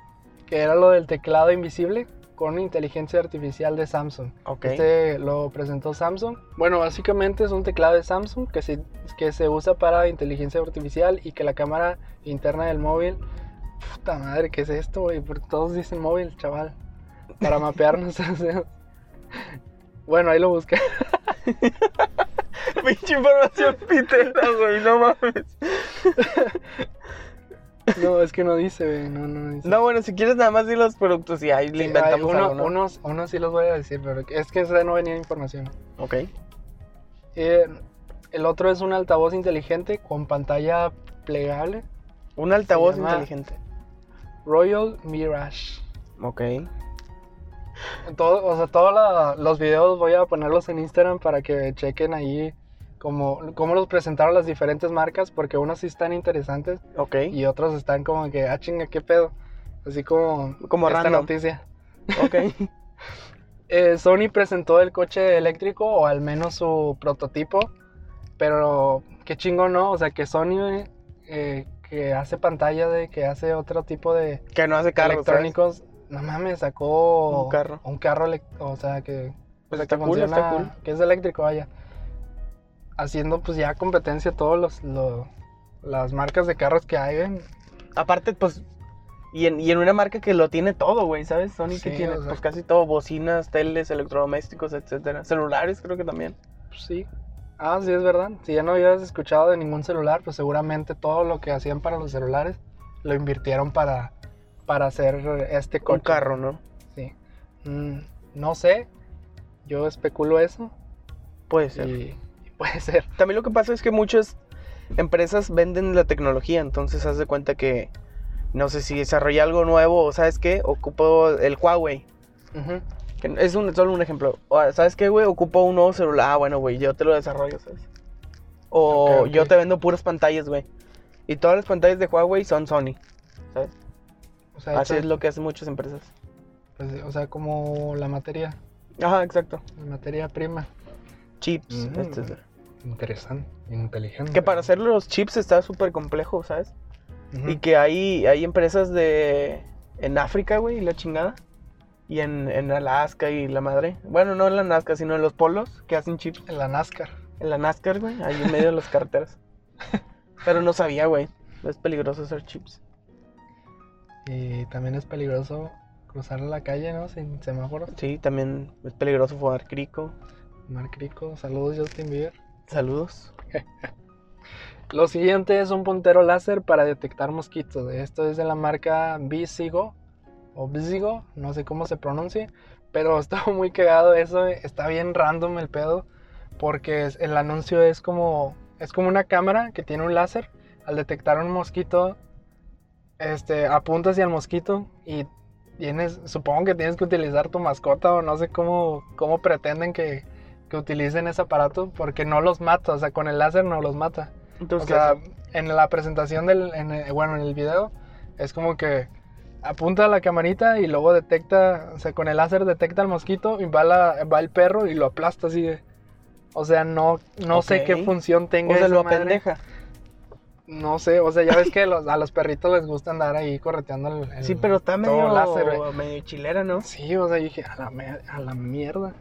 A: que era lo del teclado invisible con inteligencia artificial de Samsung.
B: Ok.
A: Este lo presentó Samsung. Bueno, básicamente es un teclado de Samsung que se, que se usa para inteligencia artificial y que la cámara interna del móvil. Puta madre, ¿qué es esto, güey? Por- Todos dicen móvil, chaval. Para mapearnos. o sea. bueno, ahí lo busqué.
B: Pinche información pitera, güey. No mames.
A: No, es que no dice, güey. No, no dice.
B: No, bueno, si quieres nada más di los productos y ahí le
A: Sí,
B: inventamos
A: hay uno-
B: algo, ¿no?
A: unos, unos sí los voy a decir, pero es que esa no venía información.
B: Ok.
A: Eh, el otro es un altavoz inteligente con pantalla plegable.
B: Un altavoz
A: llama-
B: inteligente.
A: Royal Mirage.
B: Ok.
A: Todo, o sea, todos la- los videos voy a ponerlos en Instagram para que chequen ahí cómo, cómo los presentaron las diferentes marcas, porque unos sí están interesantes
B: Ok.
A: y otros están como que, ah, chinga, qué pedo. Así como,
B: Como
A: esta
B: random.
A: noticia.
B: Ok.
A: Eh, Sony presentó el coche eléctrico, o al menos su prototipo, pero qué chingo, ¿no? O sea, que Sony, eh, que hace pantalla, de que hace otro tipo de,
B: que no hace carro.
A: electrónicos. No mames, sacó
B: Un carro.
A: Un carro, elec- o sea, que,
B: Pues
A: que
B: está cool,
A: funciona-
B: está cool.
A: que es eléctrico, vaya. Haciendo pues ya competencia todos los, lo- las marcas de carros que hay, güey.
B: ¿sabes? Aparte, pues. Y en, y en una marca que lo tiene todo, güey, ¿sabes? Sony que
A: Sí,
B: tiene
A: o sea-
B: pues casi todo, bocinas, teles, electrodomésticos, etcétera. Celulares creo que también.
A: Pues, sí. Ah, sí, es verdad. Si ya no habías escuchado de ningún celular, pues seguramente todo lo que hacían para los celulares lo invirtieron para, para hacer este
B: Con
A: coche.
B: carro, ¿no?
A: Sí. Mm, no sé. Yo especulo eso.
B: Puede ser.
A: y- y puede ser.
B: También lo que pasa es que muchas empresas venden la tecnología, entonces haz de cuenta que no sé si desarrolla algo nuevo o sabes qué, ocupo el Huawei.
A: Ujú.
B: que es un, solo un ejemplo. O, ¿Sabes qué, güey? Ocupo un nuevo celular. Ah, bueno, güey, yo te lo desarrollo, ¿sabes? O
A: Ok, ok.
B: yo te vendo puras pantallas, güey. Y todas las pantallas de Huawei son Sony.
A: O sea,
B: Así
A: esto-
B: es lo que hacen muchas empresas.
A: pues, o sea, como la materia,
B: Ajá, exacto.
A: la materia prima.
B: Chips,
A: Ujú.
B: este etcétera.
A: Interesante, inteligente.
B: Que para hacer los chips está súper complejo, ¿sabes?
A: Ujú.
B: Y que hay, hay empresas de en África, güey, y la chingada. Y en, en Alaska y la madre. Bueno, no en la Nazca, sino en los polos que hacen chips.
A: La NASCAR.
B: En la NASCAR, güey, ahí en medio de las carreteras. Pero no sabía, güey. Es peligroso hacer chips.
A: Y también es peligroso cruzar la calle, ¿no? Sin semáforos.
B: Sí, también es peligroso fumar crico.
A: Marcrico, saludos Justin Bieber.
B: Saludos.
A: Lo siguiente es un puntero láser para detectar mosquitos. Esto es de la marca Visigo o Visigo, no sé cómo se pronuncie, pero está muy cagado eso, está bien random el pedo porque es- el anuncio es como es como una cámara que tiene un láser, al detectar un mosquito este apunta hacia el mosquito y tienes supongo que tienes que utilizar tu mascota o no sé cómo cómo pretenden que que utilicen ese aparato porque no los mata, o sea, con el láser no los mata. O
B: Entonces,
A: sea, en la presentación del, en el- bueno, en el video, es como que apunta a la camarita y luego detecta, o sea, con el láser detecta al mosquito y va, la- va el perro y lo aplasta así de... O sea, no, no sé
B: Ok.
A: qué función
B: o
A: tenga
B: sea,
A: esa
B: lo
A: madre.
B: apendeja.
A: No sé, o sea, ya ves que los- a los perritos les gusta andar ahí correteando el, el-
B: Sí, pero está
A: todo
B: medio,
A: láser, güey.
B: medio chilera, ¿no?
A: Sí, o sea, yo dije, a la, mer- a la mierda.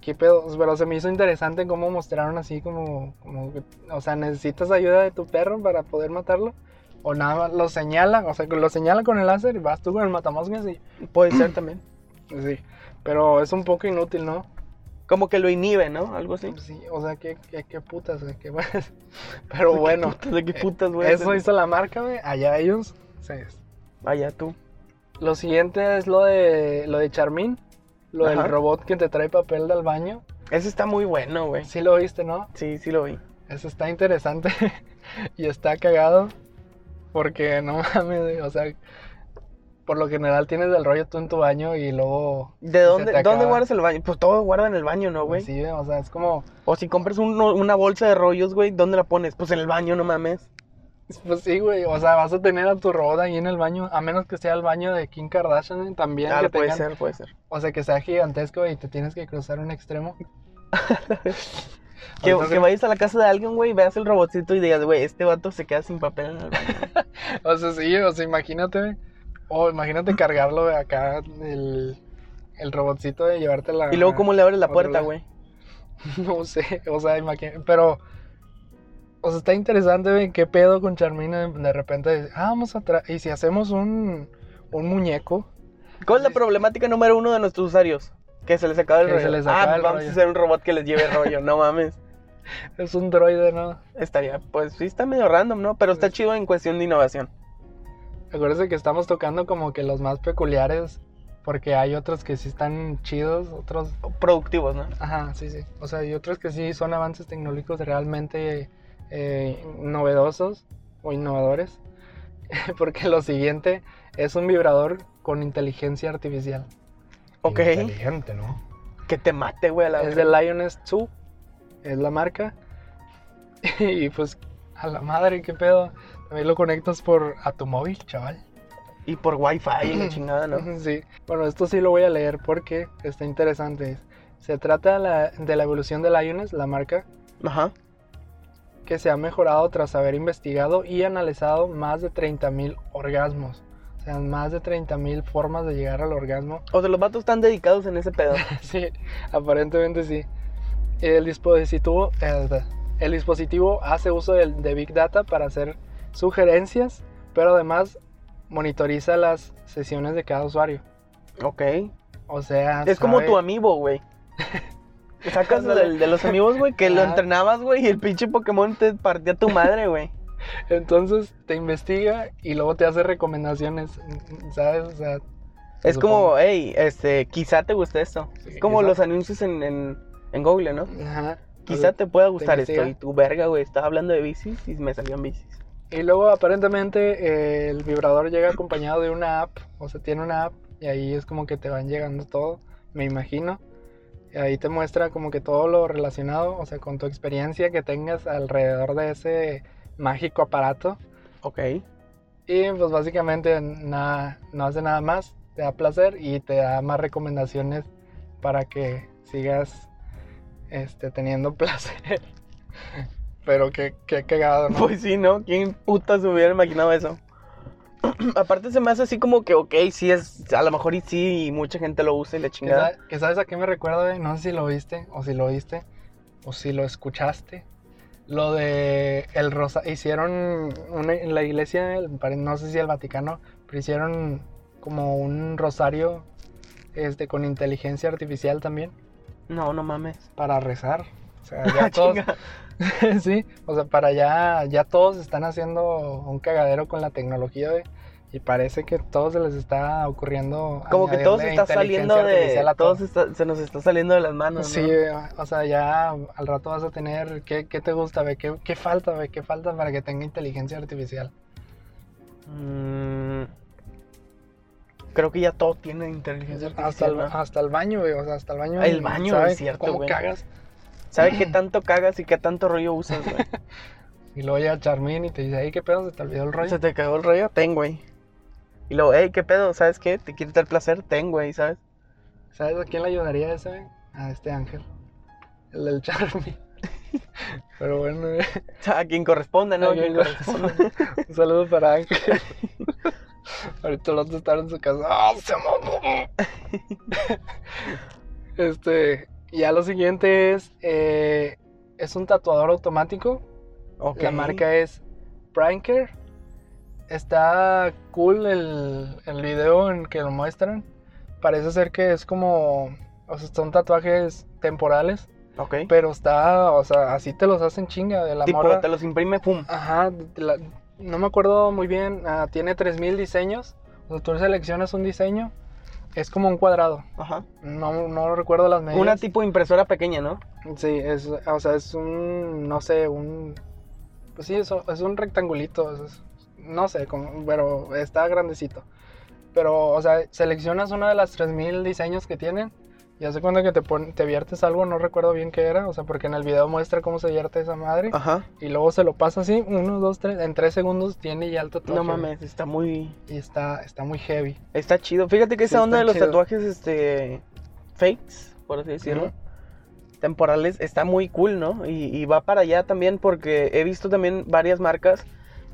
A: Qué pedo. Pero se me hizo interesante cómo mostraron así como, como que, o sea, necesitas ayuda de tu perro para poder matarlo. O nada más lo señala, o sea, que lo señala con el láser y vas tú con el matamoscas y pues
B: Puede ser también.
A: sí. Pero es un poco inútil, ¿no? Pues
B: Como que lo inhibe, ¿no? Algo así.
A: Sí, o sea, qué, qué, qué putas, güey, qué buenas. Pero bueno,
B: ¿Qué putas, ¿De qué putas, güey?
A: Eh, eso hizo la marca, güey, allá ellos. Sí.
B: Allá Ah, tú.
A: Lo siguiente es lo de, lo de Charmín, lo
B: Ajá.
A: del robot que te trae papel del baño.
B: Ese está muy bueno, güey.
A: Sí lo viste, ¿no?
B: Sí, sí lo vi.
A: Eso está interesante y está cagado porque no mames, güey, o sea, por lo general tienes el rollo tú en tu baño y luego
B: ¿De
A: se
B: dónde,
A: te acaba.
B: dónde guardas el baño? Pues todo guarda en el baño, ¿no, Oh, güey?
A: pues, sí, o sea, es como
B: O si compras uno- una bolsa de rollos, güey, ¿dónde la pones? Pues en el baño, no mames.
A: pues sí, güey, o sea, vas a tener a tu robot ahí en el baño, a menos que sea el baño de Kim Kardashian güey, también
B: Ah,
A: que
B: puede
A: tengan-
B: ser, puede ser.
A: o sea, que sea gigantesco y te tienes que cruzar un extremo.
B: Que,
A: Entonces-
B: que vayas a la casa de alguien, güey, veas el robotcito y digas, güey, este vato se queda sin papel en el baño.
A: O sea, sí, o sea, imagínate, güey. o imagínate cargarlo de acá el el robotcito de llevártela
B: Y luego, ¿cómo le abres la
A: Otro
B: puerta,
A: lado.
B: güey?
A: No sé, o sea, imagínate, pero... O sea, está interesante, güey, qué pedo con Charmina de, de repente. dice, Ah, vamos a tra- Y si hacemos un, un muñeco,
B: ¿Cuál es la
A: Sí.
B: problemática número uno de nuestros usarios? Que se les acaba el
A: Que
B: rollo.
A: se les
B: ah,
A: acaba el
B: vamos
A: rollo.
B: a hacer un robot que les lleve rollo, no mames.
A: es un droide, ¿no?
B: Estaría, pues sí, está medio random, ¿no? Pero está
A: Pues-
B: chido en cuestión de innovación.
A: Acuérdense que estamos tocando como que los más peculiares, porque hay otros que sí están chidos, otros...
B: Productivos, ¿no?
A: Ajá, sí, sí. O sea, hay otros que sí son avances tecnológicos realmente eh, novedosos o innovadores. porque lo siguiente es un vibrador con inteligencia artificial.
B: Ok.
C: Inteligente, ¿no?
B: Que te mate, güey, a la
A: Es de
B: verga.
A: Lioness 2, es la marca. Y pues, a la madre, qué pedo.
C: También lo conectas por a tu móvil, chaval.
B: Y por wifi y la chingada, ¿no?
A: Sí. Bueno, esto sí lo voy a leer porque está interesante. Se trata la- de la evolución de Lioness, la marca,
B: Ajá.
A: que se ha mejorado tras haber investigado y analizado más de 30.000 orgasmos. O sea, más de 30.000 formas de llegar al orgasmo.
B: O sea, los vatos están dedicados en ese pedo.
A: Sí, aparentemente sí. El dispositivo, el, el dispositivo hace uso del- de, Big Data para hacer sugerencias, pero además monitoriza las sesiones de cada usuario.
B: ok.
A: O sea,
B: Es como
A: Ah, sabe-
B: tu amigo, güey. Sacas
A: Ándale.
B: del- de los amigos, güey, que lo
A: Ah.
B: entrenabas, güey, y el pinche Pokémon te partía tu madre, güey.
A: Entonces te investiga y luego te hace recomendaciones, ¿sabes? O sea,
B: Es
A: supongo.
B: como, hey, este, quizá te guste esto.
C: Sí,
B: es como
A: quizá.
B: los anuncios en, en, en Google, ¿no?
A: ajá.
B: Quizá te pueda gustar
A: investiga.
B: esto. Y tu verga, güey, estaba hablando de bicis y me salían bicis.
A: Y luego aparentemente eh, el vibrador llega acompañado de una app, o sea, tiene una app y ahí es como que te van llegando todo, me imagino. Y ahí te muestra como que todo lo relacionado, o sea, con tu experiencia que tengas alrededor de ese mágico aparato.
B: Ok.
A: Y pues básicamente nada, no hace nada más, te da placer y te da más recomendaciones para que sigas este, teniendo placer. Pero qué, qué cagado, ¿no?
B: Pues sí, ¿no? ¿Quién puta se hubiera imaginado eso? Aparte se me hace así como que, ok, sí es, a lo mejor y sí, y mucha gente lo usa y la
A: Que,
B: chingada.
A: sa- que sabes a qué me recuerda, güey, No sé si lo viste, o si lo viste, o si lo escuchaste. Lo de el rosa. Hicieron una- en la iglesia, el- pare- no sé si el Vaticano, pero hicieron como un rosario este, con inteligencia artificial también
B: No, no mames. Ah,
A: para rezar. O sea, ya todos,
B: Chinga.
A: sí, o sea, para ya, ya todos están haciendo un cagadero con la tecnología, güey, Y parece que todos se les está ocurriendo.
B: Como que todo se
A: añadirle
B: está saliendo
A: ah, inteligencia artificial
B: de...
A: a
B: todo
A: todo.
B: se, está- se nos está saliendo de las manos,
A: Sí,
B: ¿no?
A: o sea, ya al rato vas a tener, ¿qué, qué te gusta, ve? ¿Qué, qué falta, ve? ¿Qué falta para que tenga inteligencia artificial?
B: Mm, creo que ya todo tiene inteligencia
A: Hasta
B: artificial,
A: el,
B: ¿no? Ah,
A: hasta el baño, güey, o sea, hasta el baño.
B: El baño,
A: ¿sabe
B: es cierto,
A: ¿Cómo
B: güey.
A: cagas?
B: ¿Sabe qué tanto cagas y qué tanto rollo usas, güey?
A: Y luego llega Charmín y te dice, ay, ¿qué pedo? ¿Se te olvidó el rollo?
B: Se te cagó el rollo, ten, güey. Y luego, hey, ¿qué pedo? ¿Sabes qué? ¿Te quiere dar placer? Ten, güey, ¿sabes?
A: ¿Sabes a quién le ayudaría ese, güey? A este ángel. El del Charmín. Pero bueno, güey,
B: A quien corresponda, ¿no?
A: A
B: A quien
A: quien
B: corresponda.
A: un saludo para Ángel. Ahorita el otro está en su casa. ¡Ah, se mamó! Este, ya lo siguiente es, eh, es un tatuador automático.
B: Ok.
A: La marca es Pranker. Está cool el, el video en que lo muestran. Parece ser que es como, o sea, son tatuajes temporales,
B: Ok.
A: pero está, o sea, así te los hacen chinga de la
B: tipo,
A: morra.
B: te los imprime, pum.
A: Ajá, de la- no me acuerdo muy bien, ah, tiene 3000 diseños. O sea, tú seleccionas un diseño, es como un cuadrado.
B: Ajá.
A: No, no recuerdo las medidas.
B: Una tipo impresora pequeña, ¿no?
A: Sí, es, o sea, es un, no sé, un, pues sí, es, un- es un rectangulito, o sea, es- no sé, como- pero está grandecito. Pero, o sea, seleccionas una de las 3000 diseños que tienen y hace cuenta que te, pon- te viertes algo, no recuerdo bien qué era, o sea, porque en el video muestra cómo se vierte esa madre
B: Ajá.
A: y luego se lo pasa así, uno, dos, tres, en tres segundos tiene ya el tatuaje.
B: No
A: güey.
B: mames, está muy.
A: Y está, está muy heavy.
B: Está chido. Fíjate que
A: Sí,
B: esa onda de
A: están
B: los
A: chidos.
B: tatuajes, este. fakes, por así decirlo.
A: Ujú.
B: Temporales, está muy cool, ¿no? Y, y va para allá también porque he visto también varias marcas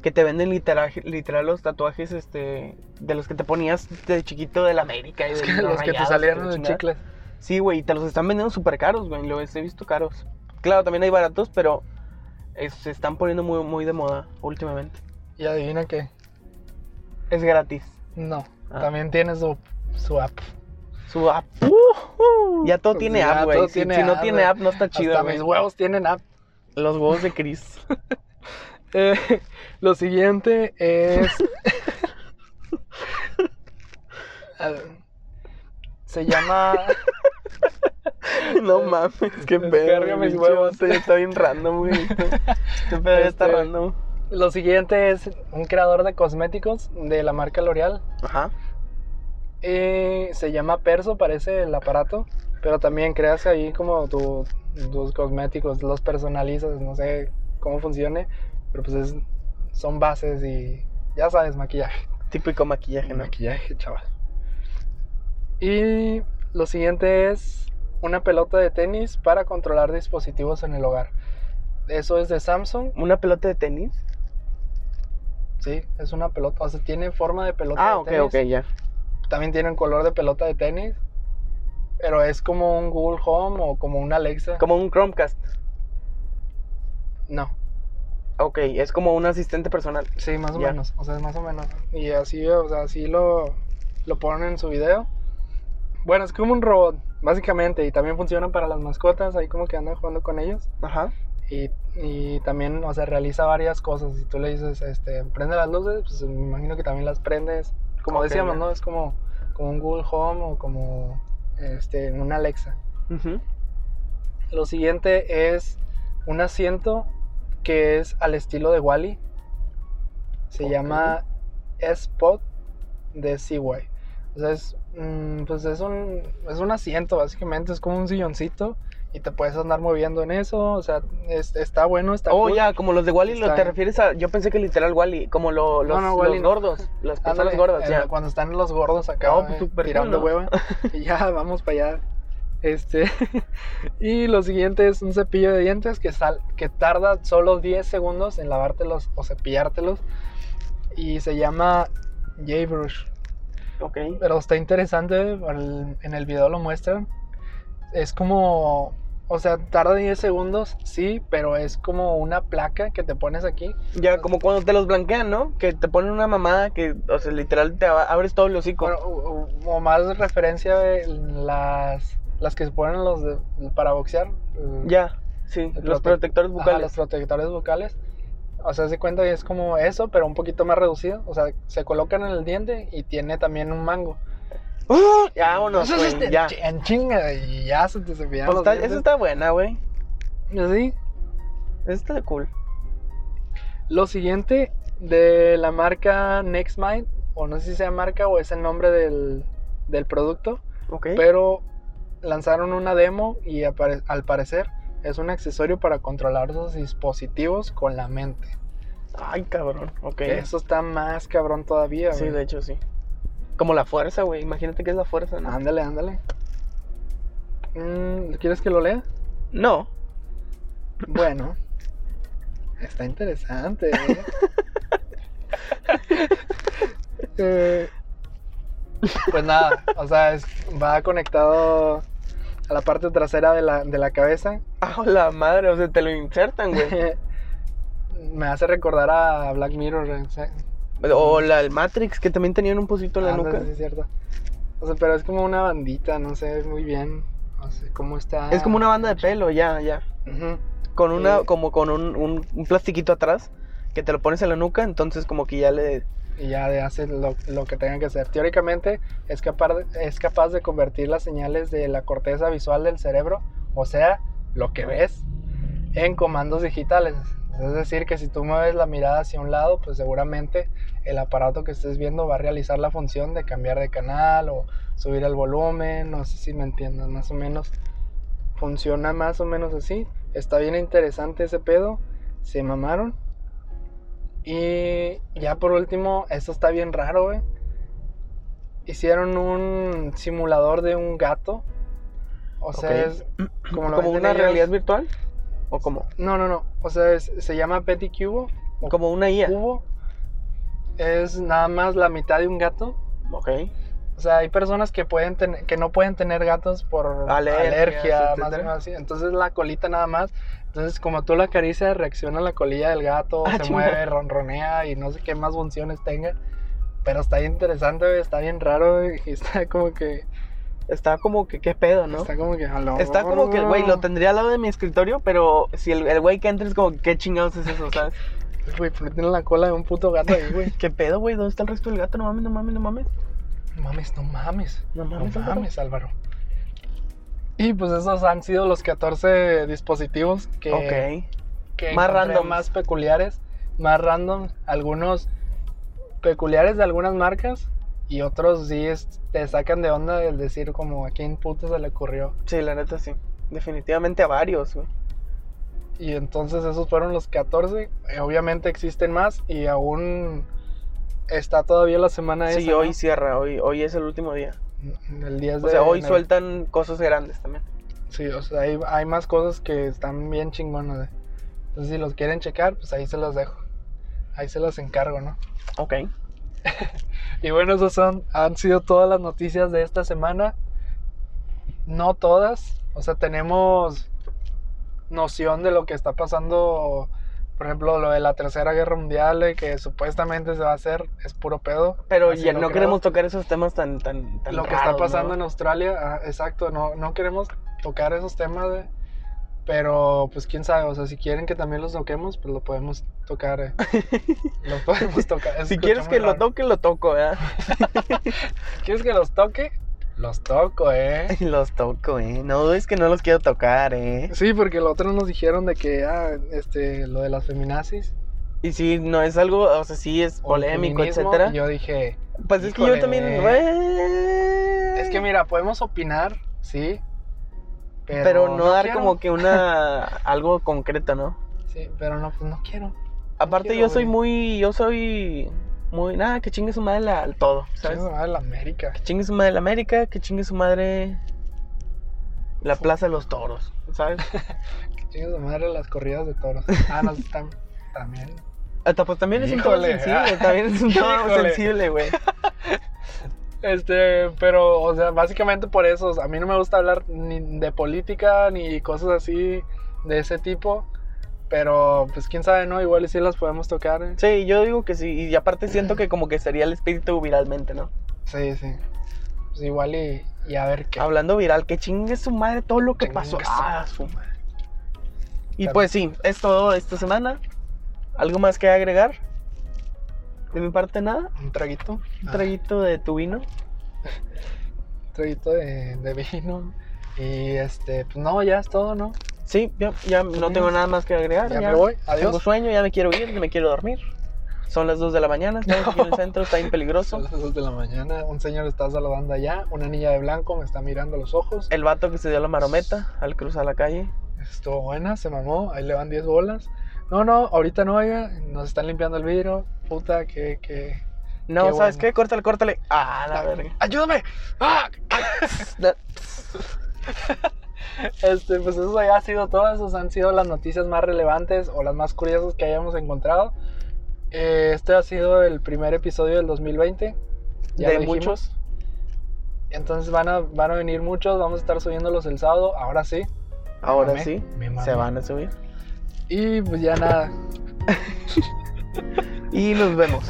B: que te venden literal, literal los tatuajes este de los que te ponías de chiquito de la América. Y
A: Es
B: de
A: que
B: los
A: los que te
B: rayados,
A: salieron
B: la
A: de
B: chingada.
A: chicles.
B: Sí, güey, y te los están vendiendo súper caros, güey. Los he visto caros. Claro, también hay baratos, pero eh, se están poniendo muy, muy de moda últimamente.
A: Y adivina qué.
B: Es gratis.
A: No,
B: Ah.
A: también tiene su, su app.
B: Su app. Ya todo
A: Pues
B: tiene
A: ya
B: app,
A: todo
B: güey. Si,
A: tiene
B: si
A: app,
B: no tiene
A: güey.
B: app, no está chido,
A: Hasta
B: güey.
A: mis huevos tienen app.
B: Los huevos de Chris.
A: Eh, lo siguiente es. A ver, Se llama.
B: no mames, qué pedo.
A: Descarga
B: güey,
A: mis
B: pinche
A: huevos.
B: vato, ya Está bien random, güey. Este pedo ya está
A: Este,
B: random.
A: Lo siguiente es un creador de cosméticos de la marca L'Oreal.
B: Ajá.
A: Eh, se llama Perso, parece el aparato. Pero también creas ahí como tu- tus cosméticos, los personalizas, no sé cómo funcione. Pero pues es- son bases y ya sabes, maquillaje.
B: Típico maquillaje, ¿no?
A: Maquillaje, chaval. Y lo siguiente es una pelota de tenis para controlar dispositivos en el hogar. Eso es de Samsung.
B: Una pelota de tenis.
A: Sí, es una pelota. O sea, tiene forma de pelota
B: Ah,
A: de
B: ok,
A: tenis.
B: ok, ya.
A: También tienen color de pelota de tenis. Pero es como un Google Home o como un Alexa.
B: Como un Chromecast.
A: No,
B: Ok, es como un asistente personal.
A: sí, más o
B: Ya.
A: menos. O sea, es más o menos. Y así, o sea, así lo, lo ponen en su video. Bueno, es como un robot, básicamente. Y también funciona para las mascotas. Ahí como que andan jugando con ellos.
B: Ajá.
A: Y, y también, o sea, realiza varias cosas. Si tú le dices, este, prende las luces, pues me imagino que también las prendes. Como
B: Ok,
A: decíamos,
B: ya.
A: ¿no? Es como, como un Google Home o como este, un Alexa.
B: Ujú.
A: Lo siguiente es un asiento que es al estilo de Wally. Se
B: Ok.
A: llama S-Pod de Seaway. O sea, es, mm, pues es, un, es un asiento, básicamente. Es como un silloncito y te puedes andar moviendo en eso. O sea, es- está bueno, está
B: Oh,
A: cool.
B: ya, como los de Wally,
A: Está
B: te
A: bien.
B: refieres a. Yo pensé que literal Wally, como lo- los,
A: No, no,
B: los
A: Wall-E no.
B: gordos, las personas
A: Ándale,
B: gordas,
A: eh,
B: ya.
A: Cuando están los gordos acá
B: No, pues,
A: eh,
B: súper cool,
A: tirando
B: ¿no?
A: hueva. Y ya, vamos para allá. Este. y lo siguiente es un cepillo de dientes que, sal, que tarda solo 10 segundos en lavártelos o cepillártelos. Y se llama J-Brush.
B: Ok.
A: Pero está interesante, por el- en el video lo muestran. Es como. O sea, tarda 10 segundos, sí, pero es como una placa que te pones aquí.
B: Ya, como cuando te los blanquean, ¿no? Que te ponen una mamada que, o sea, literal te ab- abres todo el hocico.
A: Bueno, o, o- o más referencia de las, las que se ponen los de- para boxear. eh,
B: ya, sí,
A: el
B: los
A: prote-
B: protectores
A: ajá,
B: bucales.
A: los protectores bucales. O sea, se cuenta que es como eso, pero un poquito más reducido. O sea, se colocan en el diente y tiene también un mango.
B: ¡Ah! Ya, vámonos,
A: eso
B: güey,
A: es este-
B: ya.
A: ch- en chinga y ya se te
B: Pues
A: cepillaron los
B: está- esa
A: dientes.
B: está buena, güey.
A: Sí.
B: Esa está de cool.
A: Lo siguiente de la marca NextMind, o no sé si sea marca o es el nombre del, del producto.
B: Ok.
A: pero lanzaron una demo y apare- al parecer es un accesorio para controlar los dispositivos con la mente.
B: Ay, cabrón. Ok.
A: Eso está más cabrón todavía.
B: Sí,
A: güey.
B: de hecho, sí. Como la fuerza, güey. Imagínate que es la fuerza, ¿no?
A: Ándale, ándale. Mm, ¿Quieres que lo lea?
B: No.
A: Bueno. Está interesante. ¿eh? Eh, pues nada, o sea, es- va conectado a la parte trasera de la, de la cabeza
B: Ah, la madre, o sea, te lo insertan, güey.
A: Me hace recordar a Black Mirror. eh, sí. Ah,
B: o la el Matrix, que también tenían un pocito en la
A: Ándale,
B: nuca.
A: sí, es cierto. O sea, pero es como una bandita, no sé muy bien. No sé cómo está.
B: Es como una banda
A: Ah,
B: de pelo, ya, ya.
A: Ujú.
B: Con una,
A: Sí.
B: como con un, un- un plastiquito atrás, que te lo pones en la nuca, entonces como que ya le...
A: Y ya de- hace lo, lo que tenga que hacer. Teóricamente es capaz, de- es capaz de convertir las señales de la corteza visual del cerebro, o sea, lo que ves, en comandos digitales. Es decir, que si tú mueves la mirada hacia un lado, pues seguramente el aparato que estés viendo va a realizar la función de cambiar de canal o subir el volumen, no sé si me entiendes, más o menos. Funciona más o menos así. Está bien interesante ese pedo. Se mamaron. Y ya por último, esto está bien raro, güey. Hicieron un simulador de un gato. O sea,
B: Ok.
A: es como, lo
B: como
A: venden
B: una
A: ellos.
B: realidad virtual. O como,
A: No, no, no. O sea, es- se llama Petty Cubo. O
B: como una IA.
A: Cubo. Es nada más la mitad de un gato.
B: Ok.
A: O sea, hay personas que pueden tener, que no pueden tener gatos por
B: Alergias,
A: alergia, más o
B: etcétera.
A: menos así. Entonces la colita nada más. Entonces como tú la acaricias, reacciona la colilla del gato,
B: Ah,
A: se
B: chinga.
A: mueve, ronronea y no sé qué más funciones tenga. Pero está bien interesante, güey, está bien raro güey, y está como que
B: Está como que, qué pedo, ¿no? Está,
A: está como que
B: como que, güey, lo tendría al lado de mi escritorio, pero si el el güey que entra es como, qué chingados es eso, ¿sabes?
A: Güey, pero tiene la cola de un puto gato ahí, güey.
B: ¿Qué pedo, güey? ¿Dónde está el resto del gato? No mames, no mames, no mames.
A: No mames, no mames.
B: No
A: No
B: mames, Álvaro.
A: mames, Álvaro. Y pues esos han sido los 14 dispositivos que,
B: Ok.
A: que
B: Más
A: encontré
B: random.
A: más peculiares más random, algunos peculiares de algunas marcas y otros sí es- te sacan de onda el decir como a quién puto se le ocurrió.
B: Sí, la neta sí. Definitivamente a varios, güey.
A: Y entonces esos fueron los 14. Eh, Obviamente existen más y aún está todavía la semana
B: Sí,
A: esa, ¿no?
B: hoy cierra, hoy, hoy es el último día.
A: El 10
B: O sea,
A: de
B: hoy
A: enero.
B: sueltan cosas grandes también.
A: Sí, o sea, hay, hay más cosas que están bien chingonas. eh. Entonces, si los quieren checar, pues ahí se los dejo. Ahí se los encargo, ¿no?
B: Ok.
A: Y bueno, esas son, han sido todas las noticias de esta semana. No todas. O sea, tenemos noción de lo que está pasando. Por ejemplo, lo de la Tercera Guerra Mundial, eh, que supuestamente se va a hacer, es puro pedo.
B: Pero
A: Así
B: ya
A: lo
B: no
A: creo.
B: queremos tocar esos temas tan, tan, tan
A: Lo que
B: raros,
A: está pasando en
B: ¿no?
A: Australia, ah, exacto, no, no queremos tocar esos temas, eh, pero pues quién sabe, o sea, si quieren que también los toquemos, pues lo podemos tocar. eh. Lo podemos tocar.
B: Si quieres que lo
A: toque
B: toque, lo toco, ¿verdad?
A: ¿Quieres que los toque? Los toco, eh.
B: los toco, ¿eh? No es que no los quiero tocar, ¿eh?
A: Sí, porque los otros nos dijeron de que, ah, este, lo de las feminazis.
B: Y sí, no es algo, o sea, sí es
A: o el
B: polémico,
A: feminismo,
B: etcétera.
A: y Yo dije,
B: Pues es que yo
A: híjole,
B: también.
A: eh. es que mira, podemos opinar, sí, pero,
B: Pero no, dar
A: quiero.
B: como que una. algo concreto, ¿no?
A: Sí, pero no, pues no quiero.
B: Aparte,
A: quiero,
B: yo soy
A: güey.
B: muy. Yo soy. Muy. Nada, que chingue su madre la- al todo, ¿sabes?
A: ¿Sabes? Ah, la América.
B: Que chingue su madre la América, que chingue su madre. La Plaza de los Toros, ¿sabes?
A: Chingue su madre las corridas de toros. Ah, no, tam- también.
B: Hasta pues también es un tema
A: Híjole,
B: sensible,
A: ah.
B: también es un tema
A: Híjole.
B: sensible, güey.
A: Este, pero, o sea, básicamente por eso. o sea, a mí no me gusta hablar ni de política ni cosas así de ese tipo. Pero, pues quién sabe, ¿no? Igual y sí las podemos tocar. ¿eh?
B: Sí, yo digo que sí, y aparte siento que como que sería el espíritu viralmente, ¿no?
A: Sí, sí. Pues igual y, y a ver qué.
B: Hablando viral, que chingue su madre todo lo que
A: Chingue
B: pasó.
A: su
B: Ah,
A: madre.
B: su madre. Y
A: Claro.
B: pues sí, es todo esta semana. ¿Algo más que agregar? De mi parte nada.
A: Un traguito.
B: Un
A: Ah,
B: traguito de tu vino.
A: un traguito de, de vino. Y este, pues no, ya es todo, ¿no?
B: Sí, ya, ya no tengo nada más que agregar.
A: Ya, me voy.
B: Tengo
A: Adiós.
B: sueño, ya me quiero ir, me quiero dormir. Son las 2 de la mañana, estamos aquí en el centro, está bien
A: Son
B: peligroso.
A: las dos de la mañana. Un señor está saludando allá. Una niña de blanco me está mirando a los ojos.
B: El vato que se dio la marometa al cruzar la calle.
A: Estuvo buena, se mamó, ahí le van 10 bolas. No, no, ahorita no, oiga, nos están limpiando el vidrio. Puta, que, que...
B: No,
A: Qué
B: ¿sabes
A: bueno.
B: qué? Córtale, córtale. Ah, la verga.
A: ¡Ayúdame! ¡Ah!
B: Da-
A: Este, pues eso ya ha sido todo, esas han sido las noticias más relevantes o las más curiosas que hayamos encontrado. Eh, este ha sido el primer episodio del 2020. Ya
B: de
A: lo dijimos.
B: muchos.
A: Entonces van a, van a venir muchos, vamos a estar subiéndolos el sábado, ahora sí.
B: Ahora
A: mamé,
B: sí,
A: me
B: se
A: mamé.
B: van a subir.
A: Y pues ya nada.
B: Y nos vemos.